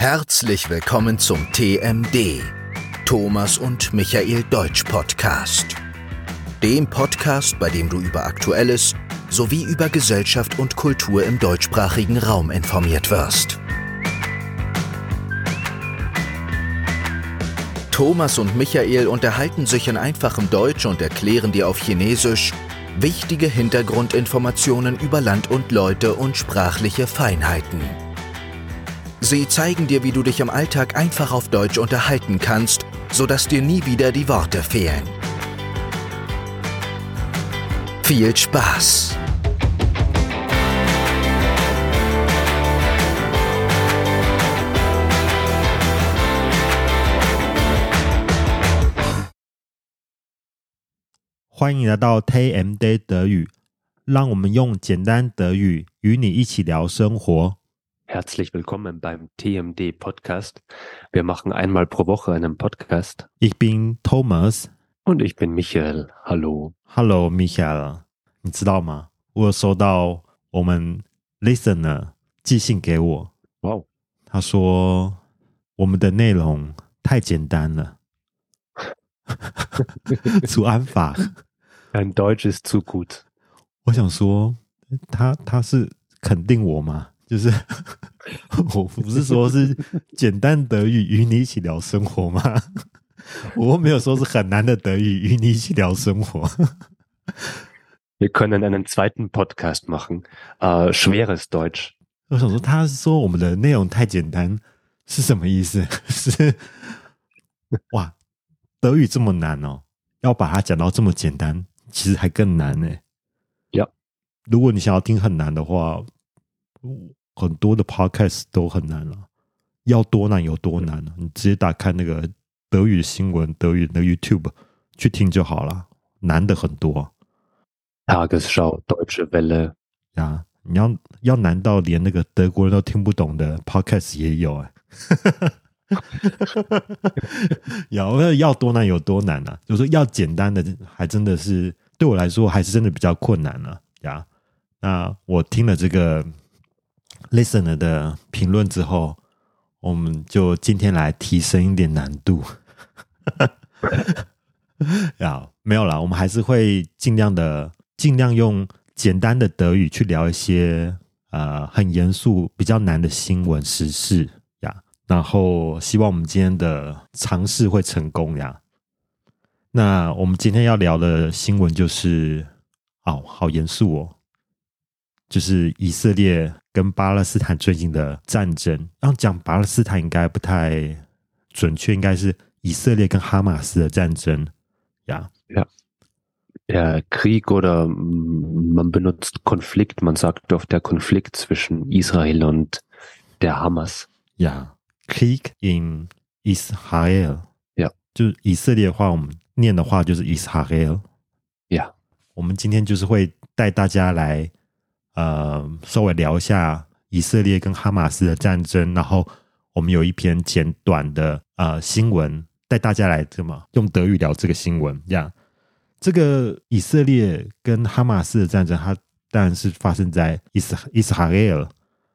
Herzlich willkommen zum TMD, Thomas und Michael Deutsch Podcast. Dem Podcast, bei dem du über Aktuelles sowie über Gesellschaft und Kultur im deutschsprachigen Raum informiert wirst. Thomas und Michael unterhalten sich in einfachem Deutsch und erklären dir auf Chinesisch wichtige Hintergrundinformationen über Land und Leute und sprachliche Feinheiten. Sie zeigen dir, wie du dich im Alltag einfach auf Deutsch unterhalten kannst, sodass dir nie wieder die Worte fehlen. Viel Spaß! 欢迎来到 TMD 德语，让我们用简单德语与你一起聊生活。 Herzlich willkommen beim TMD Podcast. Wir machen einmal pro Woche einen Podcast Ich bin Thomas。 und ich bin Michael. Hallo. Hello, Michael，你知道吗？我有收到我们 listener 寄信给我， Wow. 他说我们的内容太简单了， 祖安法。 Dein Deutsch ist zu gut. 我想说，他他是肯定我吗？就是 我不是说是简单德语与你一起聊生活吗？ 我又没有说是很难的德语与你一起聊生活。 Wir können einen zweiten Podcast machen. Äh, schweres Deutsch. 我想说，他说我们的内容太简单是什么意思？ 是哇，德语这么难哦，要把它讲到这么简单，其实还更难呢。 Ja. 如果你想要听很难的话，很多的 podcast 都很难了、要多难有多难呢、你直接打开那个德语新闻、德语的 YouTube 去听就好了，难的很多、 Tagesschau, Deutsche Welle. 呀，啊你要要难到连那个德国人都听不懂的 podcast 也有哎、要要多难 有多难啊！就是说要简单的，还真的是对我来说还是真的比较困难了、呀。那我听了这个 listener 的评论之后，我们就今天来提升一点难度。呀，啊没有啦，我们还是会尽量的，尽量用简单的德语去聊一些呃很严肃、比较难的新闻时事呀。然后希望我们今天的尝试会成功呀。那我们今天要聊的新闻就是，哦，好严肃哦，就是以色列跟巴勒斯坦最近的战争。然后讲巴勒斯坦应该不太准确，应该是以色列跟哈马斯的战争呀。 Der Krieg oder mm, man benutzt Konflikt. Man sagt oft der Konflikt zwischen Israel und der Hamas. Yeah, Krieg in Israel. Yeah. 就是以色列的话，我们念的话就是 Israel。 Yeah. 我们今天就是会带大家来呃稍微聊一下以色列跟哈马斯的战争，然后我们有一篇简短的呃新闻，带大家来怎么用德语聊这个新闻呀。Yeah. 这个以色列跟哈马斯的战争，它当然是发生在伊斯伊斯哈耶尔，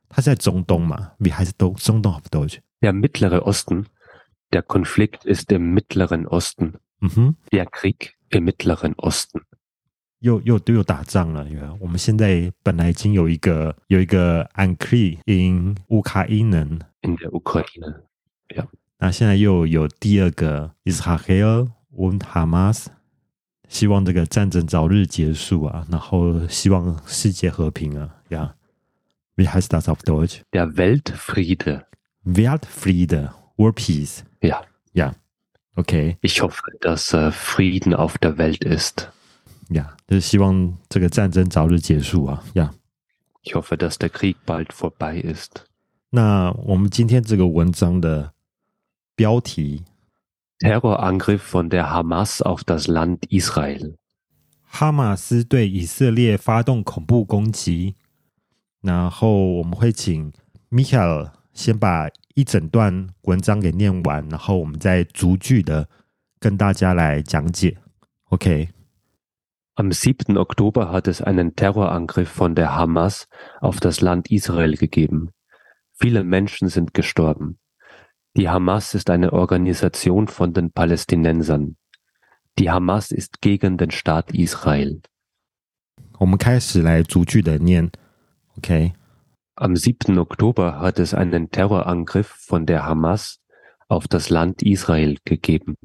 它是在中东嘛，wie heißt 东中东 auf Deutsch？ Der Mittlere Osten. Der Konflikt ist im Mittleren Osten. 嗯哼。 Der Krieg im Mittleren Osten. 又又都有打仗了，因为我们现在本来已经有一个有一个 Ankri in 乌卡伊能， in der Ukraine. 那现在又有第二个 Israel und Hamas，希望这个战争早日结束啊，然后希望世界和平啊，呀，Wie heißt das auf Deutsch? Der Weltfriede. Weltfriede, World Peace. Ja, OK， ich hoffe, dass äh, Frieden auf der Welt ist. 呀、就是希望这个战争早日结束啊，呀、 Ich hoffe, dass der Krieg bald vorbei ist. 那我们今天这个文章的标题 Terrorangriff von der Hamas auf das Land Israel. 哈马斯对以色列发动恐怖攻击，然后我们会请 Michael 先把一整段文章给念完，然后我们再逐句的跟大家来讲解。OK， Am 7. Oktober hat es einen Terrorangriff von der Hamas auf das Land Israel gegeben. Viele Menschen sind gestorben. Die Hamas ist eine Organisation von den Palästinensern. Die Hamas ist gegen den Staat Israel. 我们开始来逐句的念，OK？ Am 7. Oktober hat es einen Terrorangriff von der Hamas auf das Land Israel gegeben.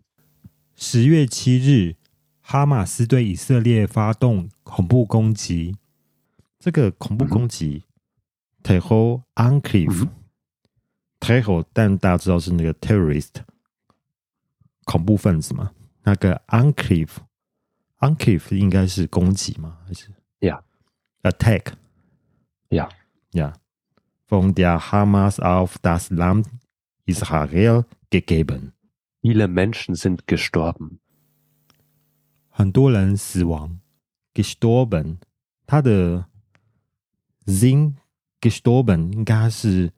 十月七日，哈马斯对以色列发动恐怖攻击。这个恐怖攻击 t e r r o r a n c l i v e t e r r o r 但大家知道是那个 terrorist 恐怖分子嘛？那个 a n c l i v e a n c l i v e 应该是攻击吗？还是 Yeah. attack Ja, ja von der Hamas auf das Land Israel gegeben？ viele Menschen sind gestorben. 很多人死亡，gestorben，它的 zin gestorben 应该是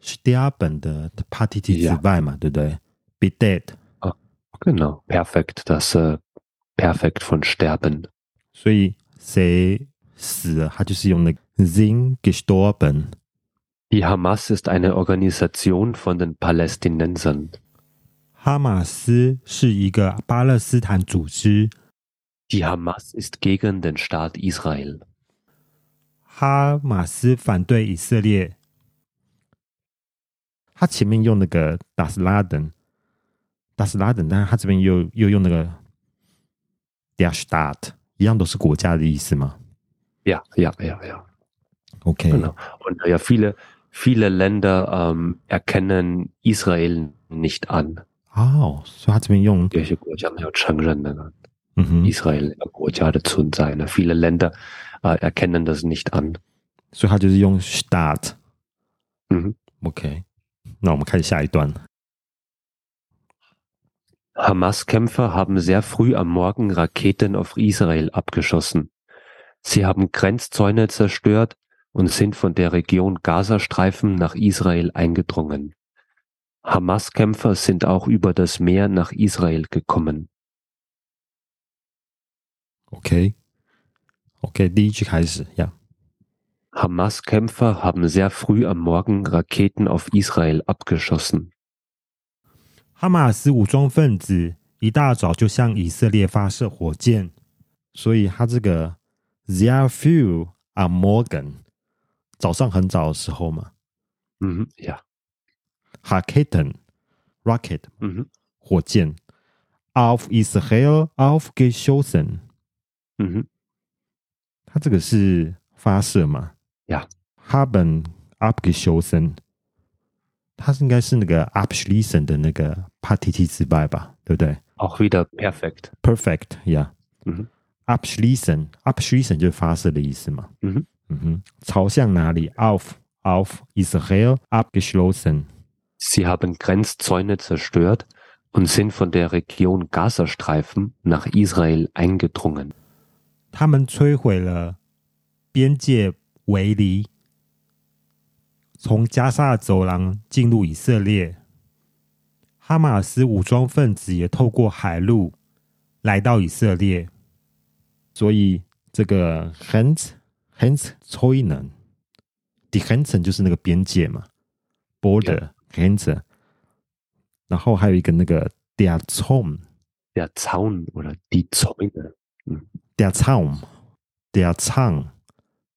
sterben 的 partitiv 之 Yeah. 外嘛对不对？be dead， Genau, perfekt, das äh, perfekt von sterben. 所以谁死了，他就是用那个 zin gestorben。 Die Hamas ist eine Organisation von den Palästinensern. 哈马斯是一个巴勒斯坦组织， Die Hamas ist gegen den Staat Israel. 哈马斯反对以色列。他前面用那个达斯拉登，达斯拉登，但是他这边又又用那个 der Staat，一样都是国家的意思吗 Ja, ja, ja, ja. ？OK， Genau. Und ja, viele, viele Länder ähm, erkennen Israel nicht an. 哦，所以他这边用， Welche Gurja haben ja auch Schengen-Länder. 嗯哼， Israel Gurja dazu und seine. Viele Länder äh, erkennen das nicht an. 所以他就是用 Staat。 Mhm. OK，那我们看下一段。 Hamas-Kämpfer haben sehr früh am Morgen Raketen auf Israel abgeschossen. Sie haben Grenzzäune zerstört und sind von der Region Gazastreifen nach Israel eingedrungen. Hamas-Kämpfer sind auch über das Meer nach Israel gekommen. OK，OK，、第一句开始呀。 Hamas-Kämpfer haben sehr früh am Morgen Raketen auf Israel abgeschossen. 哈马斯武装分子一大早就向以色列发射火箭，所以他这个 t h e r e few are Morgan 早上很早的时候嘛 Mhm, ja. h a k e t e n rocket Mhm, 火箭 auf Israel auf geschossen， mhm. 它这个是发射嘛 Ja. haben abgeschossen，它是应该是那个 abschließen 的那个 partitiv 之外吧，对不对？ Auch wieder perfekt. Perfect, yeah. 嗯 Abschließen, abschließen 就是发射的意思嘛。嗯哼嗯哼，朝向哪里？Auf, auf Israel abgeschlossen. Sie haben Grenzzäune zerstört und sind von der Region Gazastreifen nach Israel eingedrungen. 他们摧毁了边界围篱，从加萨走廊进入以色列。哈马斯武装分子也透过海路来到以色列，所以这个 Hans Hans z o i n e n d i h a n z e n 就是那个边界嘛，border Hans，、e 然后还有一个那个 der Zom Der Zaun oder die Zäune. der Zaum der Zang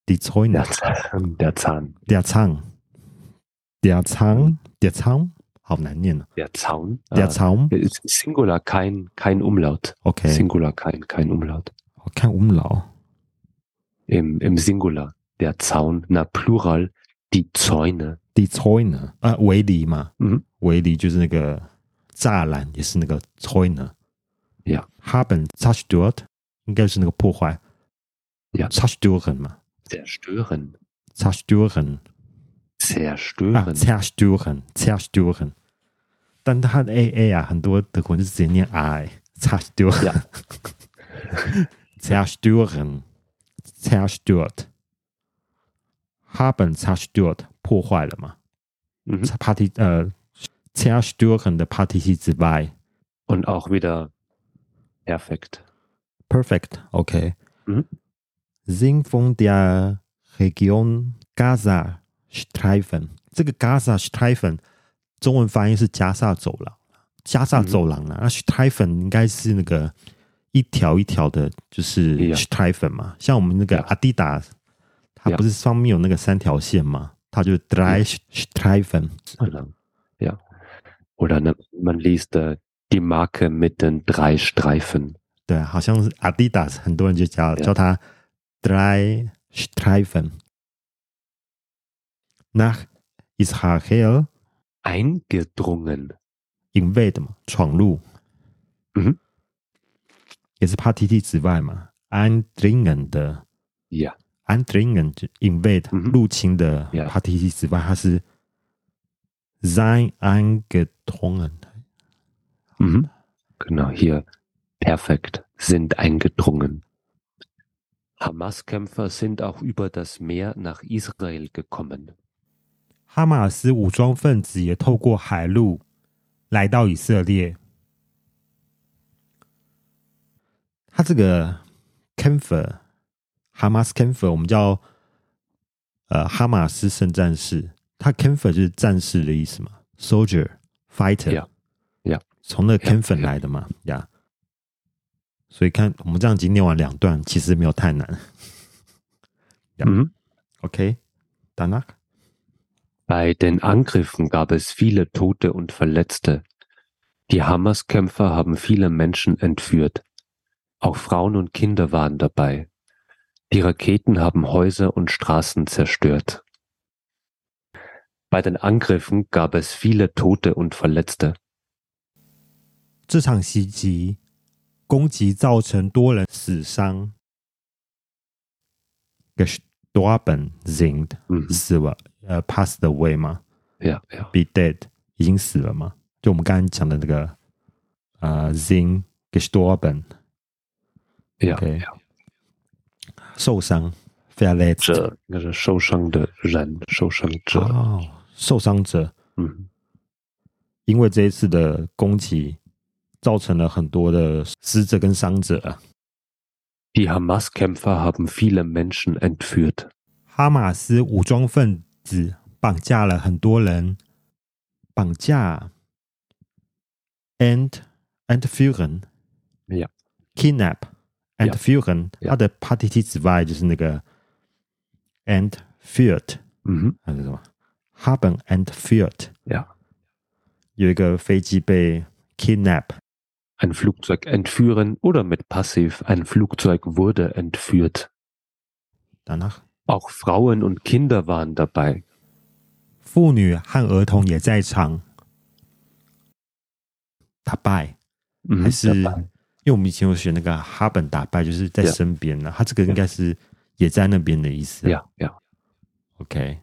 die Zäune Der Zaun. Der Zahn. Der Zang. Der Zang. Der Zaum. 好难念啊。 Der Zaun. Der Ah, Zaum. ist Singular, kein, kein Umlaut. Okay. Singular, kein, kein Umlaut. Kein Umlaut. Im, Im Singular. Der Zaun. Na, Plural. Die Zäune. Die Zäune. 啊，围篱嘛。 Mhm. 围篱就是那个栅栏，也是那个 Zäune。 Yeah. Haben zerstört 应该是那个破坏。 Yeah. Zerstören 嘛。 Zerstören. Zerstören. 啊 Zerstören. ，zerstören zerstören。但它的 a a 啊，很多德国人就直接念 i zerstören Ja. zerstören zerstört。哈本 zerstört 破坏了嘛 Mhm. ？party 呃 zerstören 的 party 系之外 Und auch wieder perfekt. ，perfect OK。 Mhm. Sing von der Region Gaza Streifen。这个 Gaza Streifen 中文翻译是加萨走廊，加萨走廊啊，那 s t r e f e n 应该是那个一条一条的，就是 Yeah. s t r e f e n 嘛，像我们那个 Yeah. Adidas，它 Yeah. 不是上面有那个三条线嘛，它就 drei Streifen， Lang. Ja. Oder ne, man liest äh, die Marke mit den drei Streifen. 对，好像是 Adidas，很多人就叫 Yeah. 叫它 drei Streifen。Nach Israel Eingedrungen. invade 嘛，闯入，嗯哼，也是 Part T 之外嘛，eindringen 的 Ja. eindringen 就 invade、嗯哼入侵的 Yeah Part T 之外，它是 sein eingedrungen， Mhm. Genau, hier. Perfekt. Sind eingedrungen. Hamas-Kämpfer sind auch über das Meer nach Israel gekommen. 哈马斯武装分子也透过海路来到以色列。他这个 Kemfer 哈马斯 Kemfer，我们叫呃哈马斯圣战士，他 Kemfer 就是战士的意思嘛，soldier fighter， Yeah. Yeah. 从那个 Yeah. Kemfer 来的嘛，呀、所以看我们这样已经念完两段，其实没有太难。Ja. Mhm. OK，打那。 Bei den Angriffen gab es viele Tote und Verletzte. Die Hamas-Kämpfer haben viele Menschen entführt. Auch Frauen und Kinder waren dabei. Die Raketen haben Häuser und Straßen zerstört. Bei den Angriffen gab es viele Tote und Verletzte. 这场袭击攻击造成多人死伤。gestorben sind 嗯死了，呃，passed away 嘛 Mhm. Ja, ja. ，be dead 已经死了嘛？就我们刚才讲的那个呃，sind gestorben ja, Okay. ja. 受伤 f e r l e t z Zhe, also Shoushang de Ren, Shoushang Zhe. 哦，受伤者 Mhm. 因为这一次的攻击造成了很多的死者跟伤者啊。 Die Hamas-Kämpfer haben viele Menschen entführt. 哈马斯武装分子绑架了很多人，绑架，and and fuhren， Ja. kidnap and Ja. fuhren， Ja. 它的 party 之外就是那个 and fured， Mhm. 还是什么？haben and fured Ja. 有一个飞机被 kidnap， ein Flugzeug entführen oder mit Passiv ein Flugzeug wurde entführt. 然后 Auch Frauen und Kinder waren dabei. 妇女和儿童也在场，打败。 Mhm, 还是 dabei. 因为我们以前有学那个啊哈本打败，就是在 Yeah. 身边呢、他这个应该是也在那边的意思。啊 Ja, ja. OK，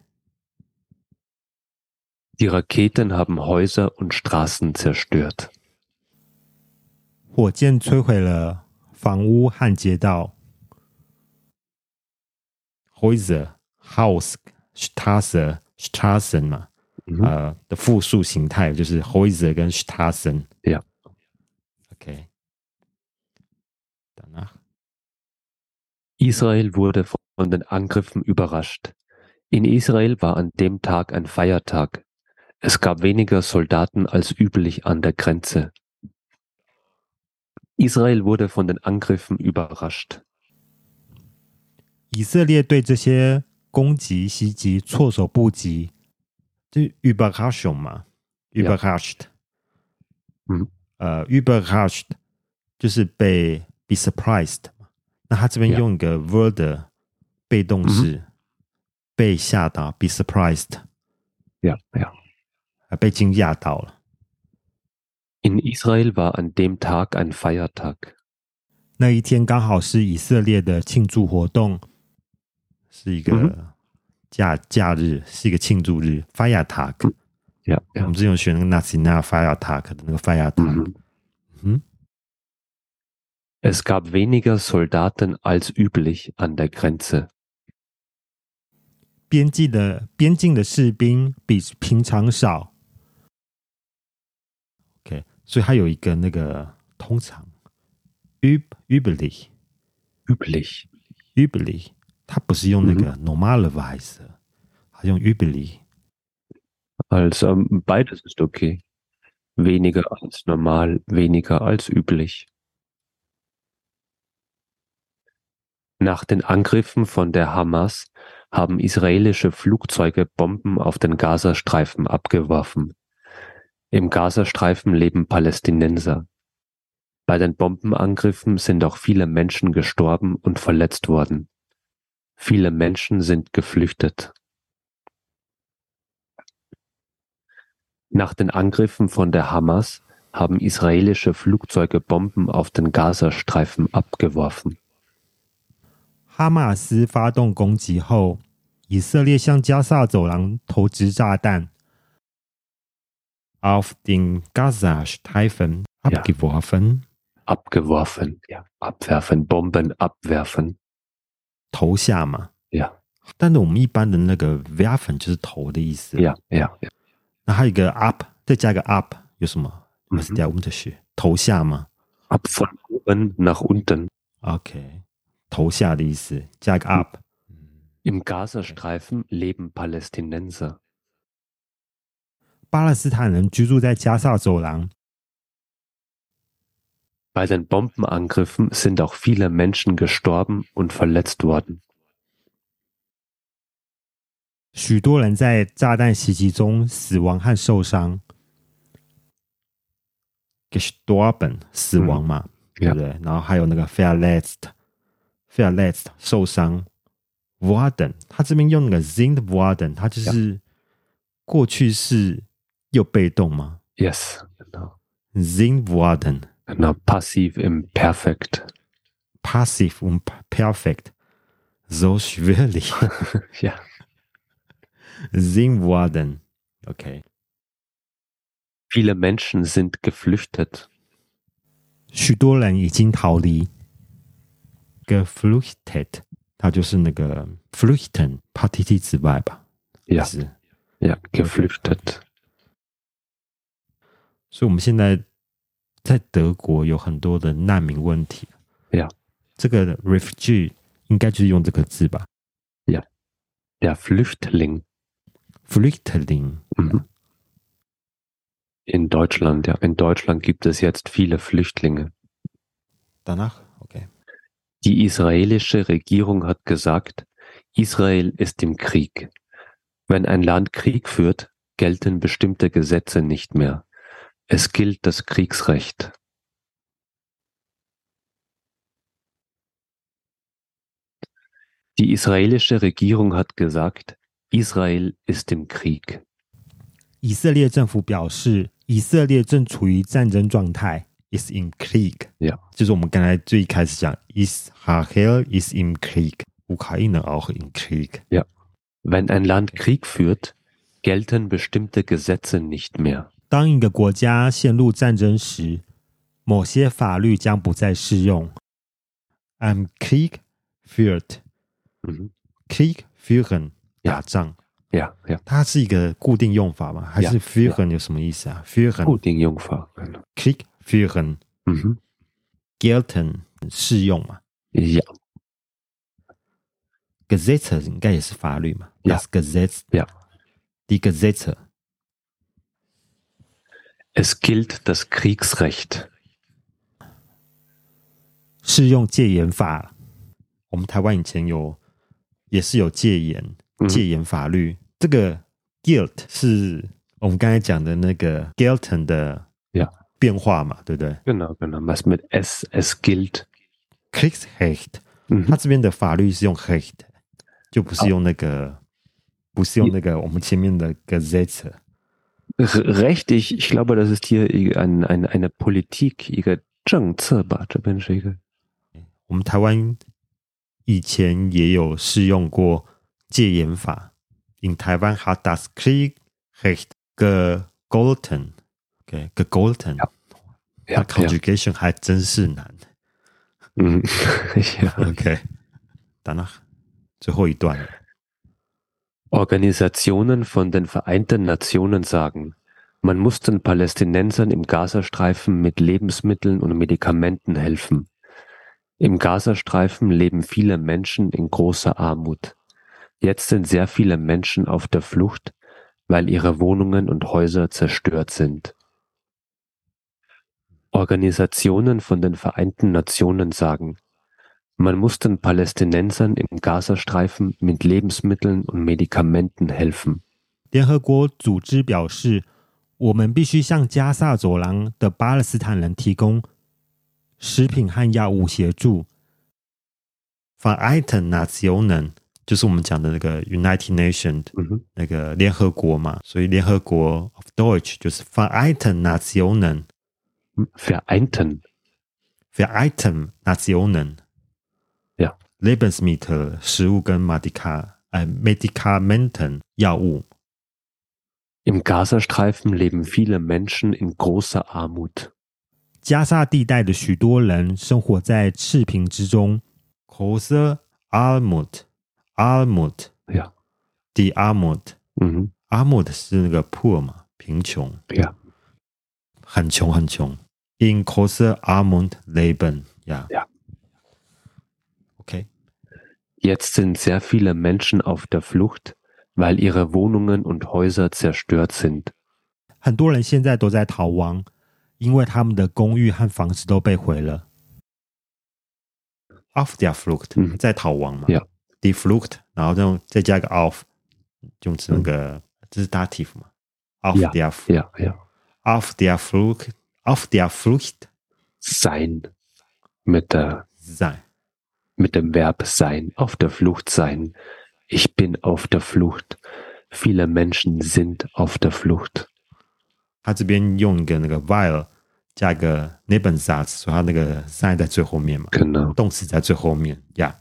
Die Raketen haben Häuser und Straßen zerstört. 火箭摧毁了房屋和街道。Häuser、House、Straße、Straßen 嘛， Mhm. 呃的复数形态就是 Häuser 跟 Straßen。 Yeah. OK，danach 啊 Israel wurde von den Angriffen überrascht. In Israel war an dem Tag ein Feiertag. Es gab weniger Soldaten als üblich an der Grenze. Israel wurde von den Angriffen überrascht. 以色列对这些攻击、袭击措手不及，就是 überrascht 嘛 Yeah. ，überrascht，嗯，呃，überrascht 就是被 be surprised 嘛。那他这边 Yeah. 嗯用一个 v e r d 被动式，被吓到，be surprised， Ja, ja. 呃被惊讶到了。 In Israel war an dem Tag ein Feiertag. 那一天刚好是以色列的庆祝活动，是一嗯个假假日，是一个庆祝日 f e i r t a g Ja, 我们之前有学那个纳西纳 fire attack 的那个 fire 嗯 attack，、Mhm. Es gab weniger Soldaten als üblich an der Grenze. 边境的边境的士兵比平常少。OK，所以它有一个那个通常 üb üblich Üblich. üblich，它不是用那个 normalerweise，它用 üblich。 Also ähm, beides ist okay. Weniger als normal, weniger als üblich. Nach den Angriffen von der Hamas haben israelische Flugzeuge Bomben auf den Gazastreifen abgeworfen. Im Gazastreifen leben Palästinenser. Bei den Bombenangriffen sind auch viele Menschen gestorben und verletzt worden. Viele Menschen sind geflüchtet. Nach den Angriffen von der Hamas haben israelische Flugzeuge Bomben auf den Gazastreifen abgeworfen. 哈马斯发动攻击后，以色列向加萨走廊投掷炸弹。Auf den Gazastreifen Ja. abgeworfen，、 Abgeworfen, ja, abwerfen, Bomben abwerfen. 投下嘛。 Ja. 但是我们一般的那个 werfen 就是投的意思。 Ja, ja, ja. 那还有一个 up，再加一个 up 有什么啊嗯哼？Was ist der Unterschied？投下吗 Ab von oben nach unten. ？OK，投下的意思，加一个 up。嗯 Im Gazastreifen leben Palästinenser. 巴勒斯坦人居住在加萨走廊， Bei den Bombenangriffen sind auch viele Menschen gestorben und verletzt worden. 许多人在炸弹袭击中死亡和受伤。gestorben 死亡嘛，对不对？然后还有那个 verletzt，verletzt 受伤，worden 他这边用那个 sind worden，它就是过去式又被动吗 Yes, genau. ？sind worden Genau, passiv im Perfekt. passiv und perfekt so schwierig Ja. sind worden OK。 Viele Menschen sind geflüchtet. 许多人已经逃离。geflüchtet，它就是那个 flüchten partikel 之外吧？ Ja. 是。 Ja, geflüchtet. 所以我们现在在德国有很多的难民问题。 Yeah. 这个 refugee 应该就是用这个字吧 Der Flüchtling ？flüchtling。 Mhm. in Deutschland, ja. In Deutschland gibt es jetzt viele Flüchtlinge. danach OK。 Die israelische Regierung hat gesagt, Israel ist im Krieg. Wenn ein Land Krieg führt, gelten bestimmte Gesetze nicht mehr. Es gilt das Kriegsrecht. Die israelische Regierung hat gesagt, Israel ist im Krieg. 以色列政府表示，以色列正处于战争状态，is in Krieg。 Yeah. 就是我们刚才最开始讲，Israel is in Krieg，乌克兰 auch in Krieg。 Wenn ein Land Krieg führt, gelten bestimmte Gesetze nicht mehr. 当一个国家陷入战争时，某些法律将不再适用。Am Krieg führt Mhm. Krieg führen 呀打仗， Ja, ja. 它是一个固定用法吗？还是呀 führen 有什么意思啊？führen Gut, den Jungfer. genau. Krieg führen Mhm. gelten 适用嘛 Ja, ？Gesetze 应该也是法律嘛呀？Das Gesetz 呀 die Gesetze es gilt das Kriegsrecht. 适用戒严法。我们台湾以前有也是有戒严嗯戒严法律，这个 guilt 是我们刚才讲的那个 guilten 的 Ja. 变化嘛，对不对 Genau, genau. Was mit es, es gilt. Mhm. k r i e g s h e c h t 它这边的法律是用 h e c h t 就不是用那个、不是用那个我们前面的 gazette。 R- Recht, ich, ich glaube, das ist hier ein, ein, eine Politik. ihre 政策吧，这边是一个我们台湾以前也有适用过戒严法。In Taiwan hat das Kriegsrecht gegolten. Okay, gegolten. 那 conjugation 还真是难。 Mhm. ja. OK，danach 最后一段了 Organisationen von den Vereinten Nationen sagen, man muss den Palästinensern im Gazastreifen mit Lebensmitteln und Medikamenten helfen. Im Gazastreifen leben viele Menschen in großer Armut. Jetzt sind sehr viele Menschen auf der Flucht, weil ihre Wohnungen und Häuser zerstört sind. Organisationen von den Vereinten Nationen sagen, man muss den Palästinensern im Gazastreifen mit Lebensmitteln und Medikamenten helfen. 联合国组织表示，我们必须向加萨走廊的巴勒斯坦人提供食品和药物协助。Vereinte Nationen 就是我们讲的那个 United Nation 嗯那个联合国嘛，所以联合国 of Deutsch 就是 Vereinte Nationen。哼Vereinten Hm? für Item Nationen， Ja. Lebensmittel 食物跟 Medika 呃 Medikamenten 药物。 Im Gazastreifen leben viele Menschen in großer Armut. 加沙地带的许多人生活在赤贫之中。Große Armut, Armut, Ja. die Armut, Mhm. Armut 是那个 poor 嘛，贫穷， Ja. 很穷很穷。In große Armut leben, ja. Ja. Okay. Jetzt sind sehr viele Menschen auf der Flucht, weil ihre Wohnungen und Häuser zerstört sind. 很多人现在都在逃亡，因为他们的公寓和房子都被毁了。Off their flucht，、嗯在逃亡嘛 Yeah ？The flucht，然后再用再加个 off，就是那个、这是 dative 嘛？Off 嗯 Yeah their Ja, ja. off their flucht，off their flucht Sein. Mit der sein。 mit dem Verb sein, auf der Flucht sein. Ich bin auf der Flucht. Viele Menschen sind auf der Flucht. 他这边用一个那个 while 加一个 n e b e n s a t 所以他那个 sign 在最后面嘛。 Genau. 动词在最后面呀。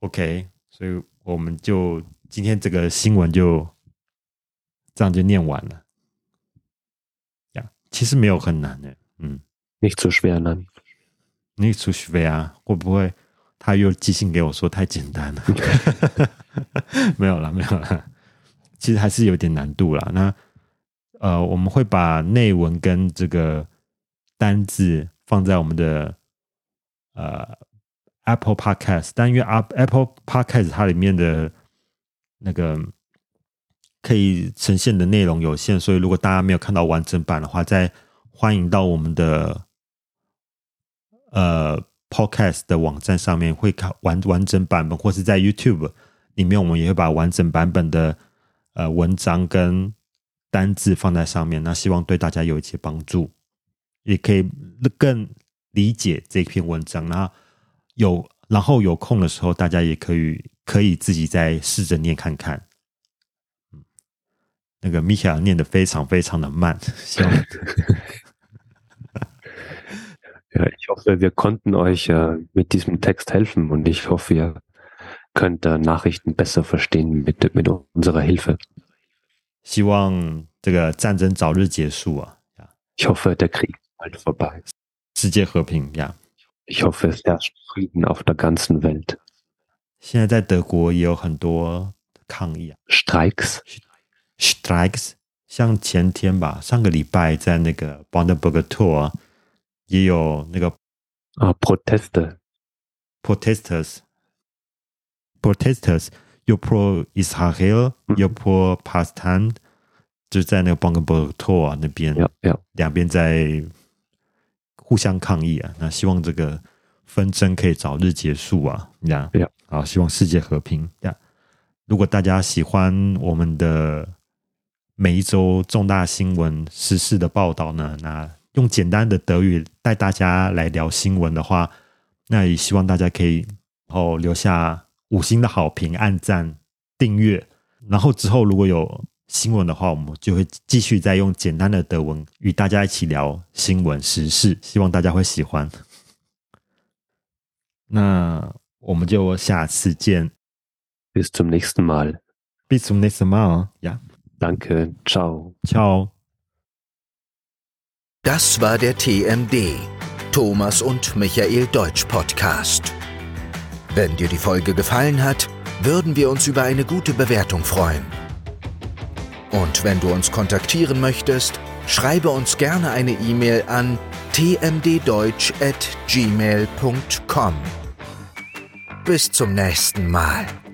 OK，所以我们就今天这个新闻就这样就念完了。呀、其实没有很难的、嗯， Nicht so schwer, nein. 你出去呗啊，会不会他又寄信给我说太简单了？没有啦，没有啦，其实还是有点难度啦。那呃，我们会把内文跟这个单字放在我们的呃 Apple Podcast，但因为 App- Apple Podcast 它里面的那个可以呈现的内容有限，所以如果大家没有看到完整版的话，再欢迎到我们的呃 Podcast 的网站上面会看完完整版本，或是在 YouTube 里面，我们也会把完整版本的呃文章跟单字放在上面。那希望对大家有一些帮助，也可以更理解这篇文章。然后有然后有空的时候，大家也可以可以自己再试着念看看。嗯嗯那个米卡尔念的非常非常的慢，希望 Ja, ich hoffe, wir konnten euch äh, mit diesem Text helfen und ich hoffe, ihr könnt äh, Nachrichten besser verstehen mit, mit unserer Hilfe. 希望这个战争早日结束啊，呀 Ich hoffe, der Krieg ist bald vorbei. 世界和平呀。 Ich hoffe, es herrscht Frieden auf der ganzen Welt. 现在在德国也有很多抗议啊 Streiks, ，strikes。像前天吧，上个礼拜在那个 Brandenburg Tor 啊也有那个 äh, Proteste. protesters protesters 有 pro Israel 嗯有 pro Palestine，就在那个 Brandenburg Tor 啊那边 Ja, ja. 两边在互相抗议啊。那希望这个纷争可以早日结束啊，呀， Yeah. 好，希望世界和平呀。如果大家喜欢我们的每一周重大新闻时事的报道呢，那用简单的德语带大家来聊新闻的话，那也希望大家可以哦留下五星的好评、按赞、订阅。然后之后如果有新闻的话，我们就会继续再用简单的德文与大家一起聊新闻时事，希望大家会喜欢。那我们就下次见 Bis zum nächsten Mal. ，bis zum nächsten Mal，ja， Danke. Ciao. ciao。 Das war der TMD, Thomas und Michael Deutsch Podcast. Wenn dir die Folge gefallen hat, würden wir uns über eine gute Bewertung freuen. Und wenn du uns kontaktieren möchtest, schreibe uns gerne eine E-Mail an tmddeutsch.gmail.com. Bis zum nächsten Mal.